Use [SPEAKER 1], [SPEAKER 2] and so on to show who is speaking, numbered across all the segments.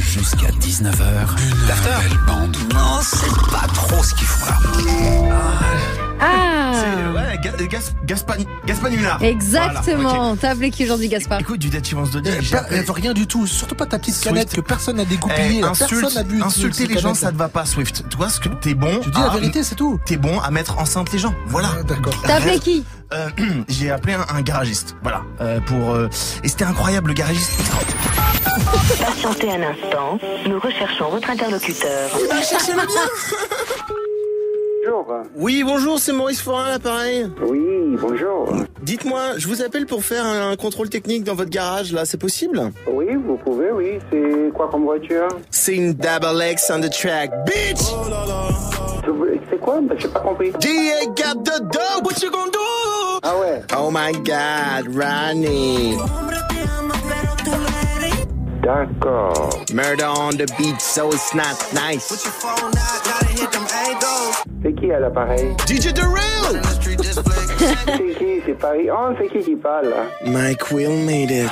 [SPEAKER 1] Jusqu'à 19h, l'after. Belle bande. Non, c'est pas trop ce qu'ils font là.
[SPEAKER 2] Ah
[SPEAKER 3] C'est euh, ouais, Ga- Gas, Gaspani- Gaspanula. euh, Voilà,
[SPEAKER 2] Exactement.
[SPEAKER 3] ok.
[SPEAKER 2] T'as appelé qui aujourd'hui, Gaspard
[SPEAKER 3] Écoute, du Datchivance de Dieu. j'ai
[SPEAKER 4] Eh, Per-
[SPEAKER 3] appelé-
[SPEAKER 4] euh, rien du tout, surtout pas ta petite
[SPEAKER 3] Swift.
[SPEAKER 4] canette que personne n'a dégoupillée,
[SPEAKER 3] Eh,
[SPEAKER 4] là.
[SPEAKER 3] insulte,
[SPEAKER 4] personne n'a bu.
[SPEAKER 3] insulter
[SPEAKER 4] cette
[SPEAKER 3] les gens,
[SPEAKER 4] canette,
[SPEAKER 3] ça
[SPEAKER 4] là.
[SPEAKER 3] te va pas, Swift. Toi, ce que t'es bon,
[SPEAKER 4] Tu dis
[SPEAKER 3] à-
[SPEAKER 4] la vérité, c'est tout.
[SPEAKER 3] T'es bon à mettre enceinte les gens. Voilà.
[SPEAKER 4] Ah, D'accord.
[SPEAKER 2] T'as appelé qui
[SPEAKER 3] Euh, J'ai appelé un, un garagiste. Voilà. Euh, pour euh, et c'était incroyable le garagiste.
[SPEAKER 5] Patientez un instant, nous recherchons votre interlocuteur.
[SPEAKER 6] Ah,
[SPEAKER 7] Bonjour.
[SPEAKER 6] Oui, bonjour, c'est Maurice Forin à l'appareil.
[SPEAKER 7] Oui, bonjour.
[SPEAKER 6] Dites-moi, je vous appelle pour faire un contrôle technique dans votre garage, là, c'est possible
[SPEAKER 7] Oui, vous pouvez, oui. C'est quoi comme voiture
[SPEAKER 6] C'est une double X on the track, bitch
[SPEAKER 7] C'est quoi Ben, J'ai pas compris.
[SPEAKER 6] DA got the dough, what you gonna do
[SPEAKER 7] Ah ouais.
[SPEAKER 6] Oh my god, Ronnie
[SPEAKER 7] D'accord.
[SPEAKER 6] Murder on the beat, so it's not nice.
[SPEAKER 7] C'est qui à l'appareil
[SPEAKER 6] DJ Durrell
[SPEAKER 7] C'est qui C'est Paris. Oh, c'est qui qui parle là
[SPEAKER 6] Mike Will made it.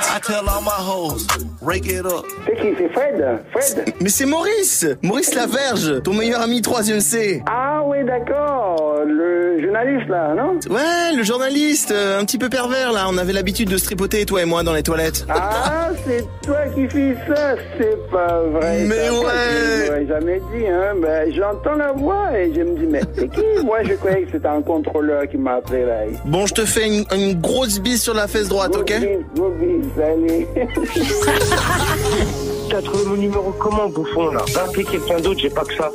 [SPEAKER 7] C'est qui C'est Fred Fred
[SPEAKER 6] Mais c'est Maurice Maurice Laverge, ton meilleur ami 3ème C.
[SPEAKER 7] Ah oui, d'accord. Le journaliste là, non
[SPEAKER 6] Ouais, le journaliste, euh, un petit peu pervers, là, on avait l'habitude de se tripoter, toi et moi, dans les toilettes.
[SPEAKER 7] Ah, c'est toi qui fais ça C'est pas vrai.
[SPEAKER 6] Mais
[SPEAKER 7] ça.
[SPEAKER 6] ouais.
[SPEAKER 7] Je l'aurais jamais dit, hein. Ben, J'entends la voix et je me dis, mais c'est qui Moi, je croyais que c'était un contrôleur qui m'a appelé là.
[SPEAKER 6] Bon, je te fais une, une grosse bise sur la fesse droite, ok
[SPEAKER 7] Gros bisous, allez.
[SPEAKER 8] T'as trouvé mon numéro comment, bouffon, là Va appeler quelqu'un d'autre, j'ai pas que ça.